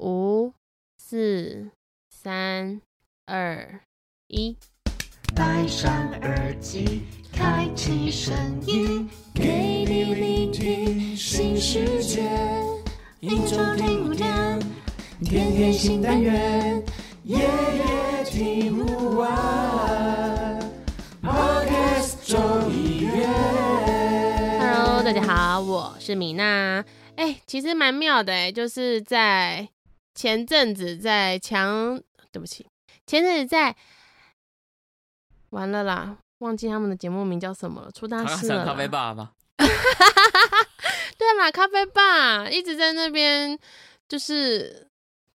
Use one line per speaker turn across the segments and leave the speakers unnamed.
五、四、三、二、一。
戴上耳机，开启声音，给你聆听新世界。一周听五天，天天新单元，夜夜听不完。Podcast 周一月，
Hello，大家好，我是米娜。哎、其实蛮妙的哎、就是在前阵子在强，对不起，前阵子在完了啦，忘记他们的节目名叫什么了，出大
唐
事
山
了啦。
咖啡吧吧，
对啦，咖啡吧一直在那边就是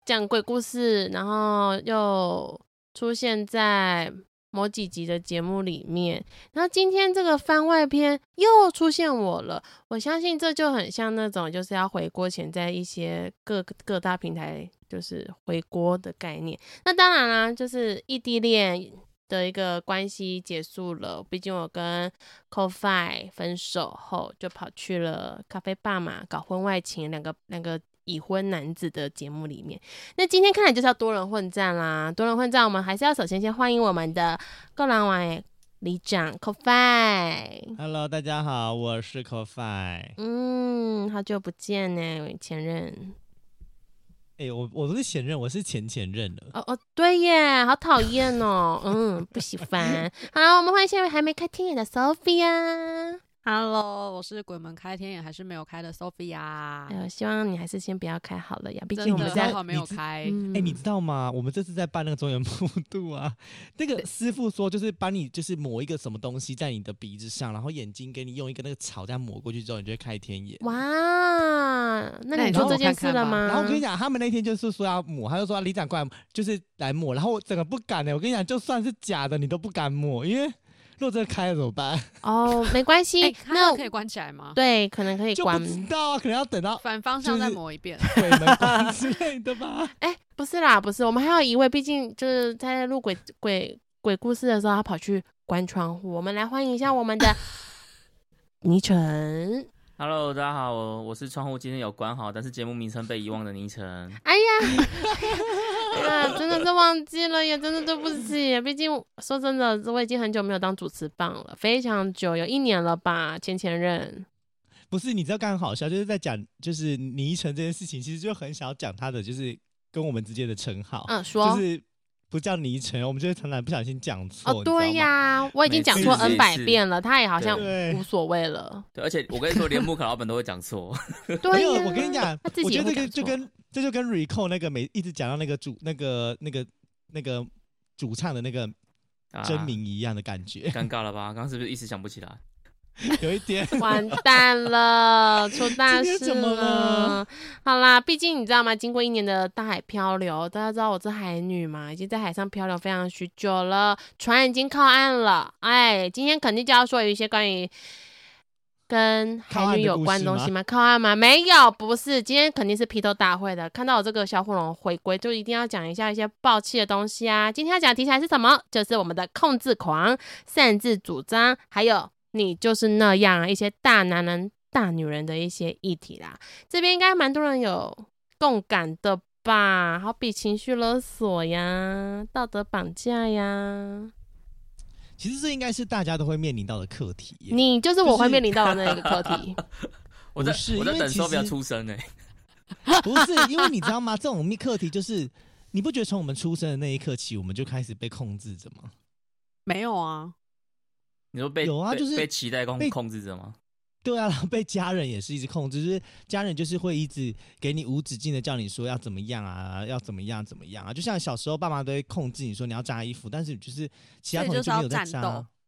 讲鬼故事，然后又出现在某几集的节目里面。然后今天这个番外篇又出现我了，我相信这就很像那种就是要回锅前在一些各各大平台就是回锅的概念。那当然啦、就是异地恋。的一个关系结束了，毕竟我跟 c o f i 分手后，就跑去了咖啡吧嘛，搞婚外情，两个两个已婚男子的节目里面。那今天看来就是要多人混战啦，多人混战，我们还是要首先先欢迎我们的够狼王里长 c o f i
Hello，大家好，我是 CoFi。哎、
嗯，好久不见呢，前任。
哎我我不是前任，我是前前任了。
哦哦，对耶，好讨厌哦，嗯，不喜欢。好，我们欢迎下一位还没开天眼的 Sophia。
Hello，我是鬼门开天眼还是没有开的 Sophia。
哎呦，希望你还是先不要开好了呀，毕
真
竟我们
的
在
还好没有开。
嗯
哎、你知道吗？我们这次在办那个中原普渡啊， 那个师傅说就是把你就是抹一个什么东西在你的鼻子上，然后眼睛给你用一个那个草这样抹过去之后，你就会开天眼。
哇，那
那
你
你
做
让
这
我
件
看
事
看
了
吧
吗？
然后我跟你讲，他们那天就是说要抹，他就说李啊长过来，就是来抹，然后我整个不敢呢、我跟你讲，就算是假的，你都不敢抹，因为如果真的开了怎么办？
哦，没关系，
哎，开
那
了可以关起来吗？
对，可能可以
就不
关。
知道啊，可能要等到
反方向再磨一遍。
鬼门关之类的吧。
哎、不是啦，不是，我们还有一位，毕竟就是在录鬼鬼鬼故事的时候，他跑去关窗户。我们来欢迎一下我们的 倪晨。
Hello，大家好，我我是窗户今天有关好，但是节目名称被遗忘的倪晨。
哎呀，啊，真的是忘记了耶，真的对不起。毕竟说真的，我已经很久没有当主持棒了，非常久，有一年了吧，前前任。
不是，你知道刚刚好笑，就是在讲就是倪晨这件事情，其实就很少讲他的就是跟我们之间的称号，
嗯，说。
就是不叫倪晨，我们就是常常不小心讲错。
哦，对
你知道吗、
呀、我已经
每
讲
次
错
每
N 百
次
遍了，他也好像
对
无所谓了。
对，而且我跟你说，连木可老板都会讲错。
对
没有
呀，
我跟你讲
他自，己
我
也
觉得
会讲
这个就
错
跟这就跟 Rico 那个每一直讲到那个主那个那个那个主唱的那个
啊
真名一样的 感觉，
尴尬了吧？刚刚是不是一时想不起 来？
有一点。
完蛋 了，出大
今天
事
怎么了。
好啦，毕竟你知道吗？经过一年的大海漂流，大家知道我是海女嘛，已经在海上漂流非常许久了，船已经靠岸了。哎，今天肯定就要说一些关于。跟
靠岸
海
的
女有
故
关
事
东
吗
西吗？靠岸吗？没有，不是。今天肯定是批斗大会的。看到我这个小火龙回归，就一定要讲一下一些爆气的东西啊。今天要讲的题材是什么？就是我们的控制狂。擅自主张，还有你就是那样啊一些大男人、大女人的一些议题啦。这边应该蛮多人有共感的吧？好比情绪勒索呀、道德绑架呀，
其实这应该是大家都会面临到的课题耶。
你就是我
就是
会面临到的那个课题。
我在
不是
我在
因为
等
其实
手表出欸生呢、
不是，因为你知道吗？这种密课题就是，你不觉得从我们出生的那一刻起，我们就开始被控制着吗？
没有啊，
你说被
有啊
被
就是
被期待控
被
控制着吗？
对啊，然后被家人也是一直控制，就是家人就是会一直给你无止境的叫你说要怎么样啊，要怎么样怎么样啊。就像小时候爸妈都会控制你说你要扎衣服，但是就是其他
所以
同学
就
就
是
没
要
有在
战
扎
斗
啊。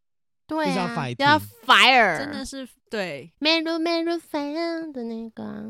对
就是要
啊，
fighting
就要 fire，
真的是对。
Meru Meru Fan 的那个啊。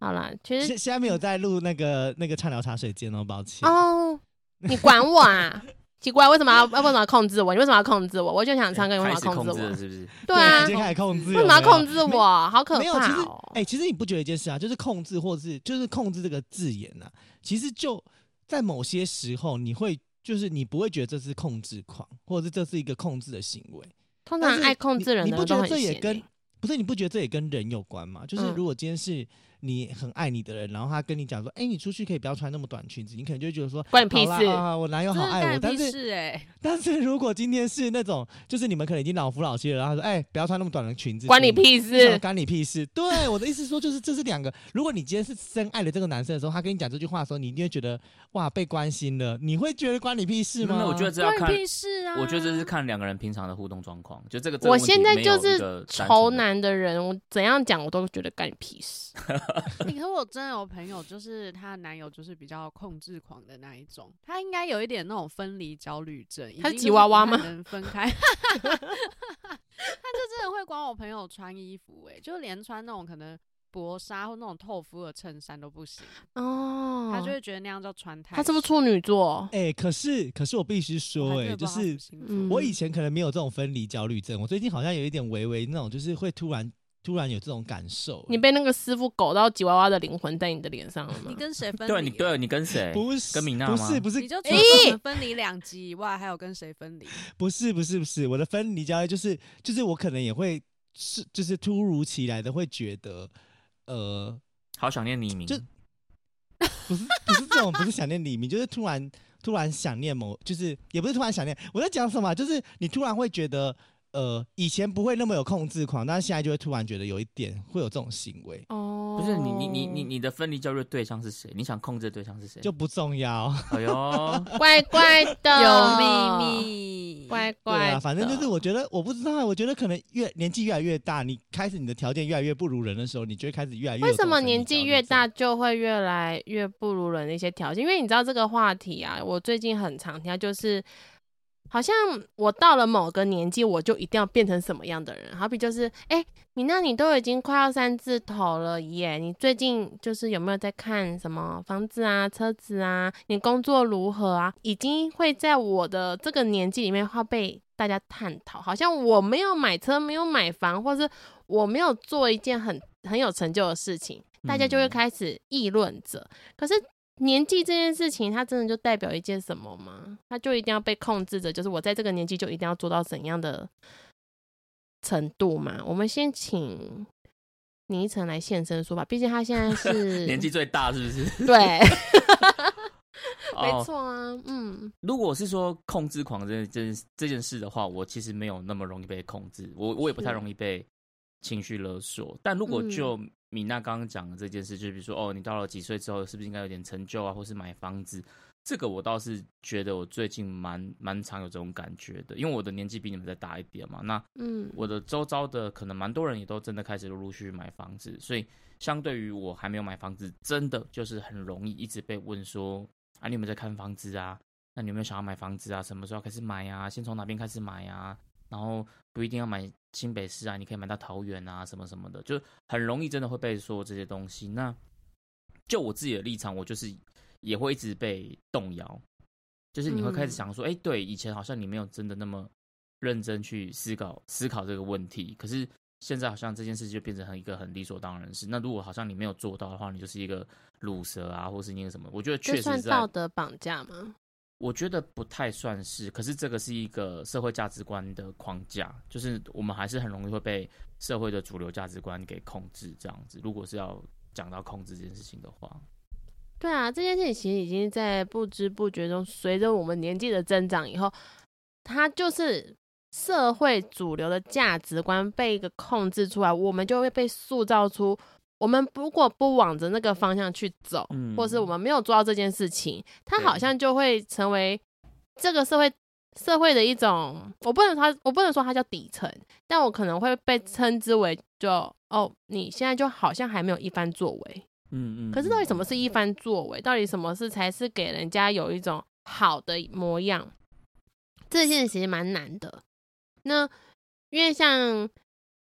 好啦，其实
现现在没有在录那个那个畅聊茶水间哦，抱歉。
哦，你管我啊？奇怪，为什么要 为什么要控制我？你为什么要控制我？我就想唱歌，你为
开
什么要
始
控
控
制
制了
我？
是不 是？
对啊，
直接开始控制。
为什么要控
制？
制我？好可
没有，其
怕
实
哦！
哎、其实你不觉得一件事啊，就是控制或是就是控制这个字眼啊，其实就在某些时候，你会就是你不会觉得这是控制狂，或者是这是一个控制的行为。
通
但
常
是
爱控制人
你，
的
你不
人都
觉得
很
这也
闲
跟
欸
不是你不觉得这也跟人有关吗？就是
嗯
如果今天是你很爱你的人，然后他跟你讲说，哎、你出去可以不要穿那么短裙子，你可能就会觉得说，
关你屁
好啦
事！
啊，我男友好爱我，
真的干
但
屁
是
事哎，
但是如果今天是那种，就是你们可能已经老夫老妻了，然后他说，哎、不要穿那么短的裙子，
关你
出门
屁
就想
事！
干你屁事！对，我的意思说就是这是两个。如果你今天是深爱了这个男生的时候，他跟你讲这句话的时候，你一定会觉得哇被关心了，你会觉得关你屁事吗？
没有，我觉得这要
关你
看，
屁事啊！
我觉得这是看两个人平常的互动状况。就这个，
我现在就
这
是
个问题没有一个单纯的
仇。男的人，我怎样讲我都觉得干你屁 事。
欸可是我真的有朋友，就是她男友就是比较控制狂的那一种，他应该有一点那种分离焦虑症。已
他是
经
吉
就
娃
不
娃
太
吗
能分开， 他就真的会管我朋友穿衣服、欸，哎，就连穿那种可能薄纱或那种透肤的衬衫都不行，
哦，
他就会觉得那样叫穿太。
他是不是？处女座？
哎、可是可是我必须
我还
说、
真
哎，
的不
就
知道他什
是
么星座
嗯
我以前可能没有这种分离焦虑症，我最近好像有一点微微那种，就是会突然突然有这种感受。
你被那个师傅狗到吉娃娃的灵魂在你的脸上了吗
你？跟谁分离？
对啊你，
啊
对，你跟谁？
不是
跟米娜
不
吗？
是不是
你就除了跟我们分离两集以外，还有跟谁分离？
不是不是不是，我的分离焦虑就是就是我可能也会是就是突如其来的会觉得呃
好想念你名。
就不是不是这种，不是想念李明，就是突然突然想念某，就是也不是突然想念，我在讲什么啊？就是你突然会觉得，呃，以前不会那么有控制狂，但是现在就会突然觉得有一点会有这种行为，
哦，
不是你你你你你的分离焦虑对象是谁？你想控制的对象是谁？
就不重要。
哎呦，
怪怪 的，
有秘密，
怪
对
怪
啊，
的。
反正就是我觉得我不知道啊，我觉得可能越年纪越来越大，你开始你的条件越来越不如人的时候，你就会开始越来越有
为什
这种
么
分离
年纪
焦虑
越
症
大就会越来越不如人的一些条件？因为你知道这个话题啊，我最近很常听到，就是好像我到了某个年纪，我就一定要变成什么样的人。好比就是，哎、米娜，你都已经快要三字头了耶，你最近就是有没有在看什么房子啊、车子啊？你工作如何啊？已经会在我的这个年纪里面会被大家探讨，好像我没有买车、没有买房，或是我没有做一件很很有成就的事情，大家就会
嗯
开始议论着。可是年纪这件事情，它真的就代表一件什么吗？它就一定要被控制着，就是我在这个年纪就一定要做到怎样的程度嘛。我们先请倪晨来现身说法，毕竟他现在是
年纪最大是不 是？
对，没
哦
错啊，嗯，
如果是说控制狂这这这件事的话，我其实没有那么容易被控制，我我也不太
是
容易被情绪勒索。但如果
嗯
就米娜刚刚讲的这件事，就是比如说哦，你到了几岁之后，是不是应该有点成就啊，或是买房子？这个我倒是觉得我最近蛮蛮常有这种感觉的，因为我的年纪比你们再大一点嘛。那
嗯，
我的周遭的可能蛮多人也都真的开始陆陆续续买房子，所以相对于我还没有买房子，真的就是很容易一直被问说啊，你有没有在看房子啊？那你有没有想要买房子啊？什么时候要开始买啊？先从哪边开始买啊？然后不一定要买新北市啊，你可以买到桃园啊，什么什么的，就是很容易真的会被说这些东西。那就我自己的立场，我就是也会一直被动摇，就是你会开始
嗯
想说，哎、对，以前好像你没有真的那么认真去思考思考这个问题，可是现在好像这件事就变成很一个很理所当然的事。那如果好像你没有做到的话，你就是一个卤蛇啊，或是那个什么，我觉得确
这
实
算
是在
道德绑架吗？
我觉得不太算是，可是这个是一个社会价值观的框架，就是我们还是很容易会被社会的主流价值观给控制。这样子，如果是要讲到控制这件事情的话，
对啊，这件事情其实已经在不知不觉中，随着我们年纪的增长以后，它就是社会主流的价值观被一个控制出来，我们就会被塑造出，我们如果不往着那个方向去走，
嗯
或是我们没有做到这件事情，它好
对
像就会成为这个社会社会的一种，我不能它，我不能说它叫底层，但我可能会被称之为就哦，你现在就好像还没有一番作为。
嗯嗯，
可是到底什么是一番作为？到底什么是才是给人家有一种好的模样？这件事其实蛮难的。那因为像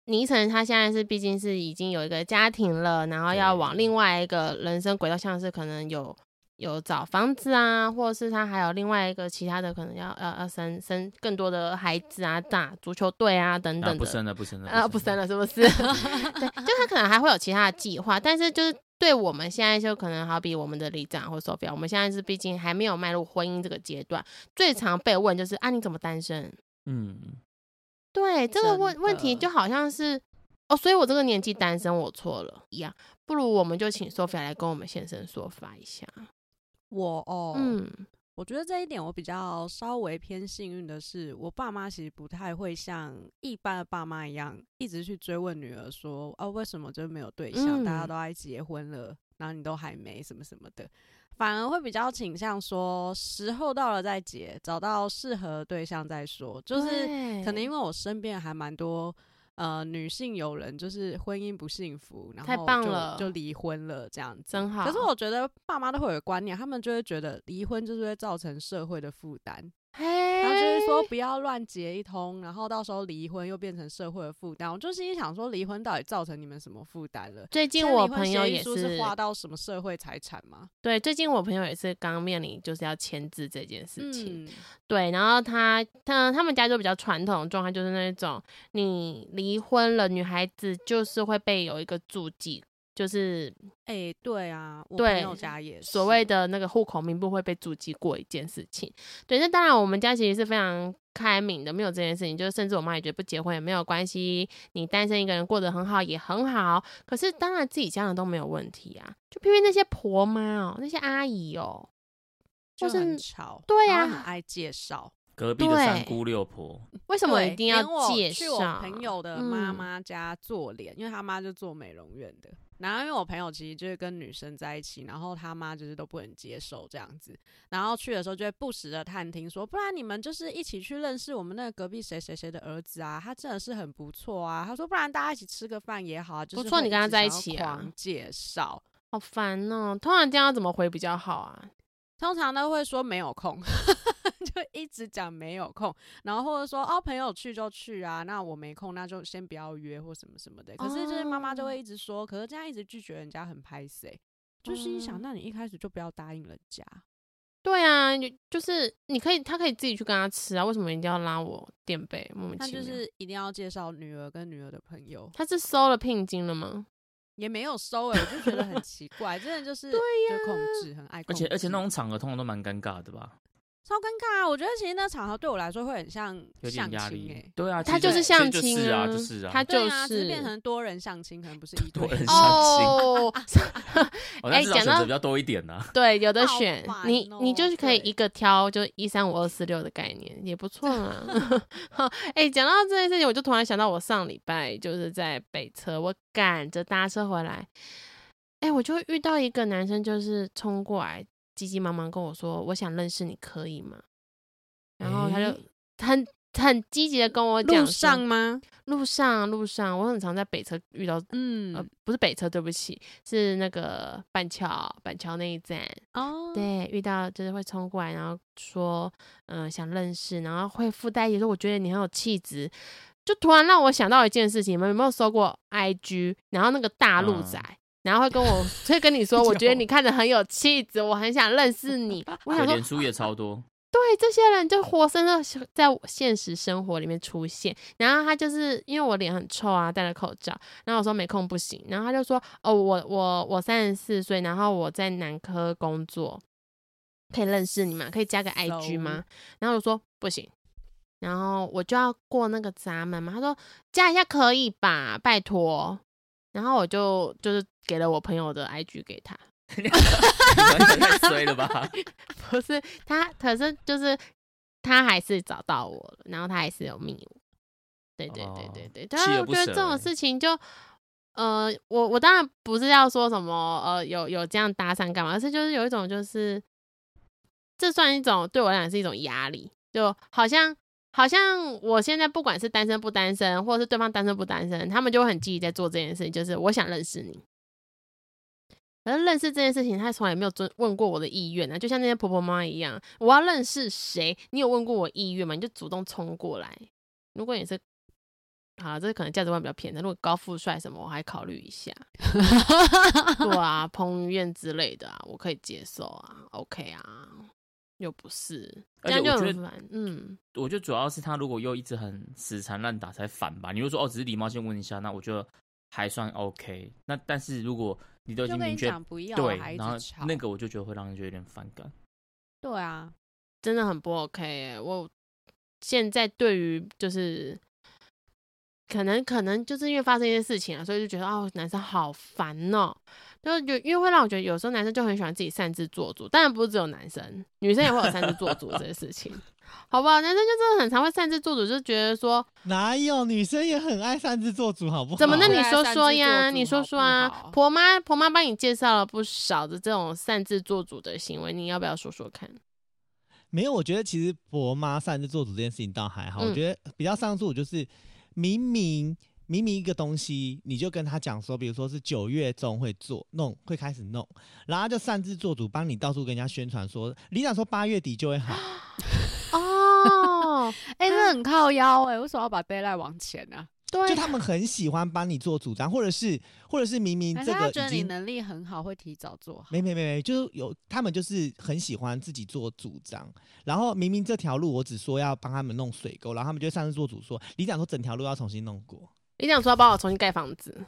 倪晨，他现在是毕竟是已经有一个家庭了，然后要
对
往另外一个人生轨道，像是可能有有找房子啊，或者是他还有另外一个其他的，可能要要要生生更多的孩子啊，打足球队啊等
啊
等
不
的。
生了不生了
啊，不生，了是不 是？对，就他可能还会有其他的计划，但是就是对我们现在就可能好比我们的里长或手表，我们现在是毕竟还没有迈入婚姻这个阶段，最常被问就是啊你怎么单身？
嗯，
对，这个问
真
问题
的
就好像是哦，所以我这个年纪单身我错了一样，不如我们就请 Sophia 来跟我们现身说法一下。
我哦，
嗯，
我觉得这一点我比较稍微偏幸运的是，我爸妈其实不太会像一般的爸妈一样，一直去追问女儿说啊为什么就没有对象，大家
嗯
都爱结婚了，然后你都还没什么什么的，反而会比较倾向说时候到了再结，找到适合的对象再说。就是可能
为
因为我身边还蛮多。呃，女性友人就是婚姻不幸福，然后
太棒
就
了
就离婚了这样子。
真好。
可是我觉得爸妈都会有个观念，他们就会觉得离婚就是会造成社会的负担，
嘿，
然后就会说不要乱结一通，然后到时候离婚又变成社会的负担。我就心里想说，离婚到底造成你们什么负担了？
最近
现在
我
离婚
朋友
协议
也
书
是
是花到什么社会财产吗？
对，最近我朋友也是刚面临就是要签字这件事情。
嗯，
对，然后他他他们家就比较传统的状态，就是那种你离婚了，女孩子就是会被有一个注记，就是
哎、对啊，我
对
朋友家也是
所谓的那个户口名簿会被注记过一件事情。对，那当然我们家其实是非常开明的，没有这件事情，就是甚至我妈也觉得不结婚也没有关系，你单身一个人过得很好也很好。可是当然自己家人都没有问题啊，就偏偏那些婆妈哦，那些阿姨哦，
就
或是
很吵，
对
然后
啊
很爱介绍。
隔壁的三
对
姑六婆，
为什么
对
一定要
连我
介
去我
绍？
朋友的妈
嗯
妈家做脸，因为他妈就做美容院的。然后因为我朋友其实就是跟女生在一起，然后他妈就是都不能接受这样子。然后去的时候就会不时的探听说，不然你们就是一起去认识我们那个隔壁谁谁谁的儿子啊，他真的是很不错啊。他说，不然大家一起吃个饭也好啊，就是
不错
会
你跟他
直
在一
想要
起啊
狂介绍。
好烦哦、通常这样要怎么回比较好啊？
通常都会说没有空， 就一直讲没有空，然后或者说哦朋友去就去啊，那我没空那就先不要约或什么什么的。可是就是妈
哦
妈就会一直说，可是这样一直拒绝人家很拍谁、就是一
哦
想，那你一开始就不要答应人家。
对啊，你就是你可以，他可以自己去跟他吃啊，为什么一定要拉我垫背？莫名
他
其
就
妙。
是一定要介绍女儿跟女儿的朋友，
他是收了聘金了吗？
也没有收哎、我就觉得很奇怪，真的就是
对呀
就控制很爱
而
控制，
且而且那种场合通常都蛮尴尬的吧，
超尴尬啊！我觉得其实那场合对我来说会很像
有
相
点压
亲哎、
力。对啊，
欸他
其实
就是
其实
相
就
亲
是啊，
啊
就是啊，
他
对啊，
就
只
是
变成多人相亲，可能 不是一
多
对
人
一
相亲，
哦，
哦，那
哎
至少
讲
选择
到
比较多一点啊呢。
对，有的
好
选，
烦
你你就是可以
哦对
一个挑，就一三五二四六的概念也不错 啊。好，哎、讲到这件事情，我就突然想到，我上礼拜就是在北车，我赶着搭车回来，哎、我就遇到一个男生，就是冲过来，急急忙忙跟我说：“我想认识你，可以吗？”然后他就很很积极的跟我讲
路
说，
上吗？
路上路上，我很常在北车遇到。
嗯
呃，不是北车，对不起，是那个板桥，板桥那一站。
哦，
对，遇到就是会冲过来，然后说，嗯、想认识，然后会附带一些说，我觉得你很有气质，就突然让我想到一件事情，你们有没有搜过 IG？然后那个大陆仔，然后会跟我会跟你说，我觉得你看着很有气质，我很想认识你。我
对，
想说
脸，书也 超多，
对，这些人就活生生地在我现实生活里面出现。然后他就是因为我脸很臭啊，戴了口罩，然后我说没空不行，然后他就说哦，我我我三十四岁，然后我在南科工作，可以认识你吗？可以加个 IG 吗？然后我说不行，然后我就要过那个闸门嘛，他说加一下可以吧，拜托。然后我就就是给了我朋友的 IG 给他，
你完全太衰了吧？
不是他，可是就是他还是找到我了，然后他还是有密我。对对对对对，但
锲
是
而
我
不
觉得
舍
这种
欸
事情就，呃，我我当然不是要说什么呃有有这样搭讪干嘛，而是就是有一种就是，这算一种对我来讲是一种压力，就好像。好像我现在不管是单身不单身，或者是对方单身不单身，他们就会很积极在做这件事情，就是我想认识你。可是认识这件事情，他从来没有尊问过我的意愿啊，就像那些婆婆妈妈一样，我要认识谁，你有问过我意愿吗？你就主动冲过来。如果你是，好，这可能价值观比较偏的。如果高富帅什么，我还考虑一下。对啊，彭于晏之类的啊，我可以接受啊，OK 啊，又不是，这
而且
样就
我觉
很
得，
烦。嗯，
我觉得主要是他如果又一直很死缠烂打才烦吧。你就说哦，只是礼貌性问一下，那我觉得还算 OK。那但是如果你都已
就
经
跟
明
你
确
讲不要啊，
对，
还一
然后
直吵。
那个我就觉得会让人觉得有点反感。
对啊，
真的很不 OK、欸。我现在对于就是可能可能就是因为发生一些事情啊，所以就觉得哦，男生好烦哦，就有因为会让我觉得有时候男生就很喜欢自己擅自做主，当然不是只有男生，女生也会有擅自做主这些事情，好不好？男生就真的很常会擅自做主，就觉得说
哪有女生也很爱擅自做主，好哦不好？
怎么？那
对
你
啊
说
擅
说
自
呀，
做
你
主
说
好
说
不
啊
好，
婆妈婆妈帮你介绍了不少的这种擅自做主的行为，你要不要说说看？
没有，我觉得其实婆妈擅自做主这件事情倒还好，
嗯
我觉得比较上诉就是明明。明明一个东西，你就跟他讲说，比如说是九月中会做弄，会开始弄，然后他就擅自做主，帮你到处跟人家宣传说，李长说八月底就会好，
哦，
哎、这很靠腰哎、为什么要把 d a y l i g h t 往前啊呢、
就
对，
他们很喜欢帮你做主张， 或者是或者是明明
还是
这个
他觉
已
得你
经
能力很好，会提早做好？
没没没没，就是有他们就是很喜欢自己做主张，然后明明这条路我只说要帮他们弄水沟，然后他们就擅自做主说，里长说整条路要重新弄过，
你想说要帮我重新盖房子，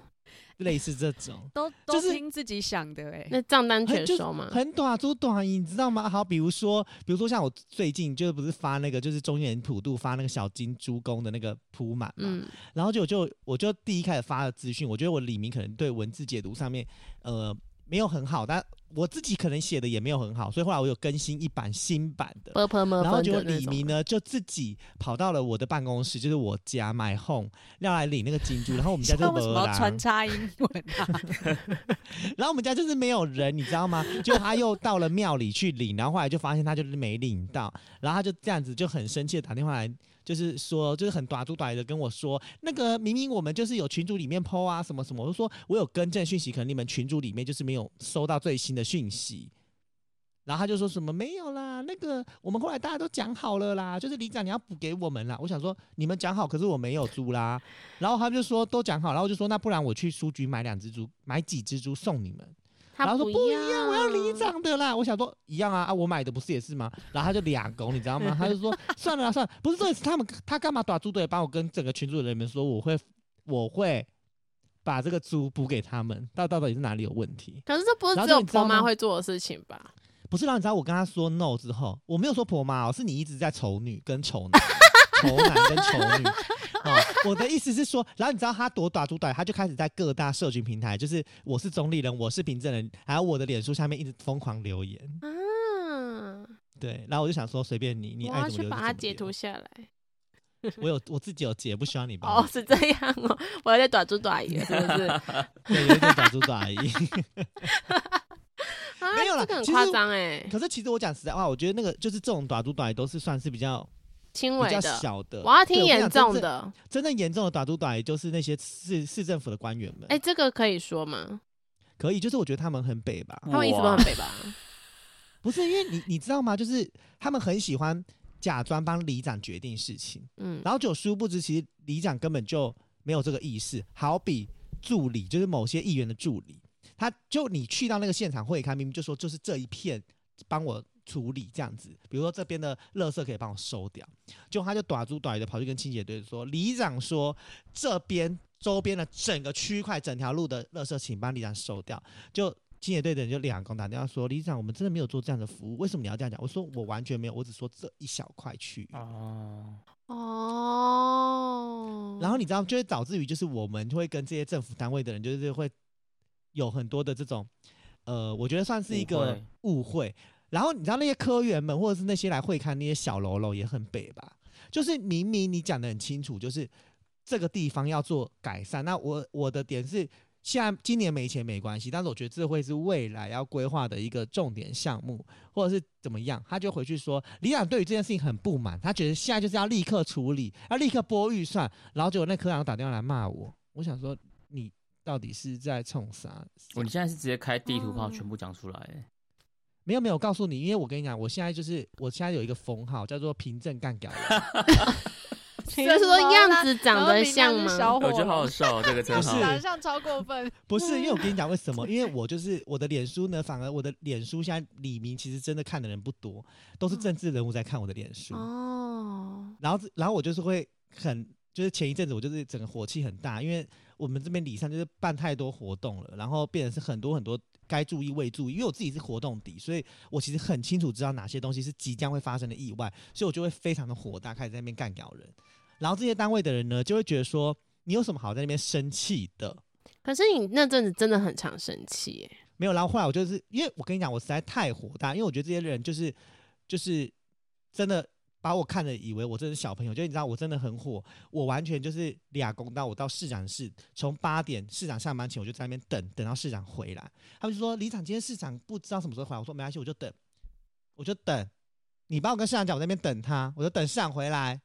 类似这种。
都
就
都
是
听自己想的哎、
那账单全
很就是
收吗？
很短租短银，你知道吗？好，比如说，比如说像我最近就是不是发那个，就是中原普渡发那个小金猪公的那个铺满嘛，
嗯，
然后就就我就第一开始发的资讯，我觉得我李明可能对文字解读上面，呃，没有很好，但我自己可能写的也没有很好，所以后来我有更新一版新版的，
波波么
然后
分
结果
的那
李明
种。
呢就自己跑到了我的办公室，就是我家 my home，要来领那个金珠，然后我们家就
那 为什么
没啊
要
人
穿插英文啊？
然后我们家就是没有人，你知道吗？就他又到了庙里去领，然后后来就发现他就是没领到，然后他就这样子就很生气的打电话来，就是说就是很短嘟短的跟我说，那个明明我们就是有群组里面 PO 啊什么什么，我就说我有更正讯息，可能你们群组里面就是没有收到最新的讯息。然后他就说什么没有啦，那个我们后来大家都讲好了啦，就是里长你要补给我们啦。我想说你们讲好，可是我没有猪啦。然后他就说都讲好，然后我就说那不然我去书局买两只猪，买几只猪送你们。然
他
后说
一
不样，
样，
我要里。长的啦。我想说一样啊，啊我买的不是也是吗？然后他就俩狗，你知道吗？他就 说算了啦，算了，不是这是他们他干嘛打猪队？帮我跟整个群主的人们说，我会我会把这个猪补给他们。到到底是哪里有问题？
可是这不是
然后
只
就
有
你知道
婆妈
吗
会做的事情吧？
不是让你知道我跟他说 no 之后，我没有说婆妈哦，是你一直在丑女跟丑 男。丑男跟丑女，哦，我的意思是说，然后你知道他多打猪短，他就开始在各大社群平台，就是我是中立人，我是平证人，还有我的脸书下面一直疯狂留言。
啊，
对，然后我就想说，随便你，你
嗯我
爱
要
怎么
去
留就
把
怎么
它截
留嗯
图。下来。
我有我自己有截，不需要你帮
哦
我，。
是这样哦，我在短租短言，是 不是？
对，有一点打猪打而已。
啊，
没有啦
这个很
其实
夸张哎，
可是其实我讲实在话，我觉得那个就是这种打猪打都是算是比较
轻微
比较
的。
小的。
我要
对
听
跟你
严
讲真
重
正
的，
真正严重的打猪打就是那些市市政府的官员们。
哎，这个可以说吗？
可以，就是我觉得他们很北吧。
他们一直都
哇
很北吧？
不是因为你你知道吗？就是他们很喜欢假装帮里长决定事情。
嗯，
然后就殊不呃知，其实里长根本就没有这个意识。好比助理，就是某些议员的助理，他就你去到那个现场会看，明明就说就是这一片帮我处理这样子，比如说这边的垃圾可以帮我收掉，就他就短租短的跑去跟清洁队说，里长说这边周边的整个区块、整条路的垃圾，请帮里长收掉。就清洁队的人就两公打电话说，里长，我们真的没有做这样的服务，为什么你要这样讲？我说我完全没有，我只说这一小块区域。
哦，
哦，
然后你知道，就会导致于就是我们就会跟这些政府单位的人，就是会有很多的这种，呃，我觉得算是一
误
个
会
误会。然后你知道那些科员们，或者是那些来会看那些小喽啰也很北吧？就是明明你讲的很清楚，就是这个地方要做改善。那我我的点是，现在今年没钱没关系，但是我觉得这会是未来要规划的一个重点项目，或者是怎么样，他就回去说，李长对于这件事情很不满，他觉得现在就是要立刻处理，要立刻拨预算，然后结果那科长打电话来骂我，我想说你到底是在冲啥？
哦我你现在是直接开地图炮
哦
全部讲出来欸，
没有没有，我告诉你，因为我跟你讲，我现在就是我现在有一个封号叫做凭证干掉人，
你就是说
什么啦
样子长
然后
得
明亮
像
是
吗？
小
我觉
火
得好好
龙，
笑哦，这个真
不
好
是。
长相超过分，
不是，因为我跟你讲为什么？因为我就是我的脸书呢，反而我的脸书现在李明其实真的看的人不多，都是政治人物在看我的脸书。
哦，
然后然后我就是会很，就是前一阵子我就是整个火气很大，因为我们这边里上就是办太多活动了，然后变成是很多很多该注意未注意，因为我自己是活动底，所以我其实很清楚知道哪些东西是即将会发生的意外，所以我就会非常的火大，开始在那边干掉人。然后这些单位的人呢，就会觉得说，你有什么好在那边生气的？
可是你那阵子真的很常生气欸耶，
没有，然后后来我就是因为我跟你讲，我实在太火大，因为我觉得这些人就是就是真的把我看的以为我真的是小朋友，就是你知道我真的很火，我完全就是俩公道，我到市长室，从八点市长上班前我就在那边等，等到市长回来，他们就说李长今天市长不知道什么时候回来，我说没关系，我就等，我就等，你帮我跟市长讲，我在那边等他，我就等市长回来。